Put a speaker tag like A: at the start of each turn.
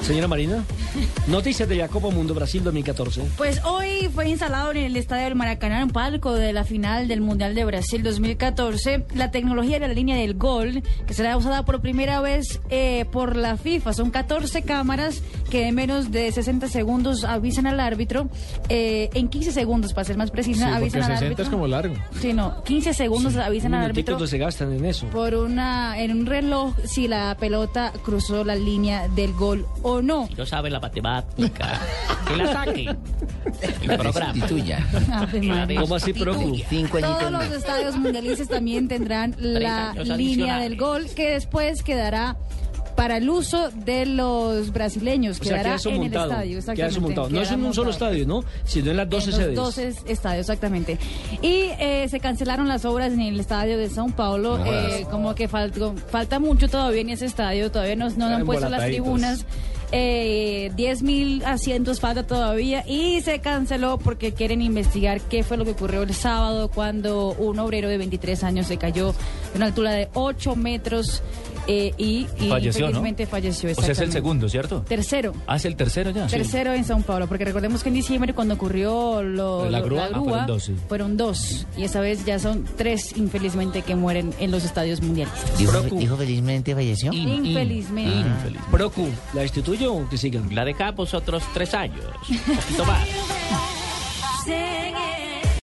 A: Señora Marina, noticias de la Copa Mundo Brasil 2014.
B: Pues hoy fue instalado en el Estadio del Maracaná, en palco de la final del Mundial de Brasil 2014, la tecnología de la línea del gol, que será usada por primera vez eh, por la FIFA. Son 14 cámaras que en menos de 60 segundos avisan al árbitro, eh, en 15 segundos, para ser más precisa,
C: Sí, porque
B: avisan al
C: 60
B: árbitro.
C: es como largo.
B: Sí, no, 15 segundos avisan al árbitro.
A: Minutitos que se gastan en eso.
B: Por una, en un reloj, si la pelota cruzó la línea del gol o no.
D: No sabe la matemática. Que la saque. El programa.
E: Sustituya.
B: Ave María.
A: ¿Cómo así, Procu?
E: Cinco
B: Todos
E: añitos
B: los
E: más.
B: estadios mundialistas también tendrán la
D: años
B: línea
D: adicionales.
B: del gol que después quedará para el uso de los brasileños.
A: O sea,
B: quedará
A: queda eso
B: en
A: montado.
B: el estadio.
A: queda
B: exactamente,
A: eso montado. No es
B: quedará
A: en un solo
B: montado.
A: estadio, ¿no? Sino en las 12
B: en los
A: sedes.
B: 12 estadios, exactamente. Y eh, se cancelaron las obras en el estadio de Sao Paulo. eh, como que faltó, falta mucho todavía en ese estadio. Todavía no, no han puesto las
A: Embolataditos.
B: tribunas. Eh, 10.000 asientos falta todavía y se canceló porque quieren investigar qué fue lo que ocurrió el sábado cuando un obrero de 23 años se cayó de una altura de 8 metros eh, y, y
F: Falleció, ¿no?
B: infelizmente falleció.
F: O sea, es el
B: exactamente.
F: segundo, ¿cierto?
B: Tercero.
F: Ah, es el tercero ya.
B: Tercero en Sao Paulo, porque recordemos que en diciembre cuando ocurrió lo,
F: ¿La
B: lo-
F: grúa? Ah, fueron dos, sí.
B: fueron dos, y esa vez ya son tres infelizmente que mueren en los estadios mundialistas.
E: Dijo,
A: Procu.
E: dijo felizmente falleció.
D: In-
B: Infelizmente.
D: in-
F: Ah.
D: infeliz.
A: Procu, ¿la instituyo o que sigan?
D: La dejamos otros tres años. Un poquito más.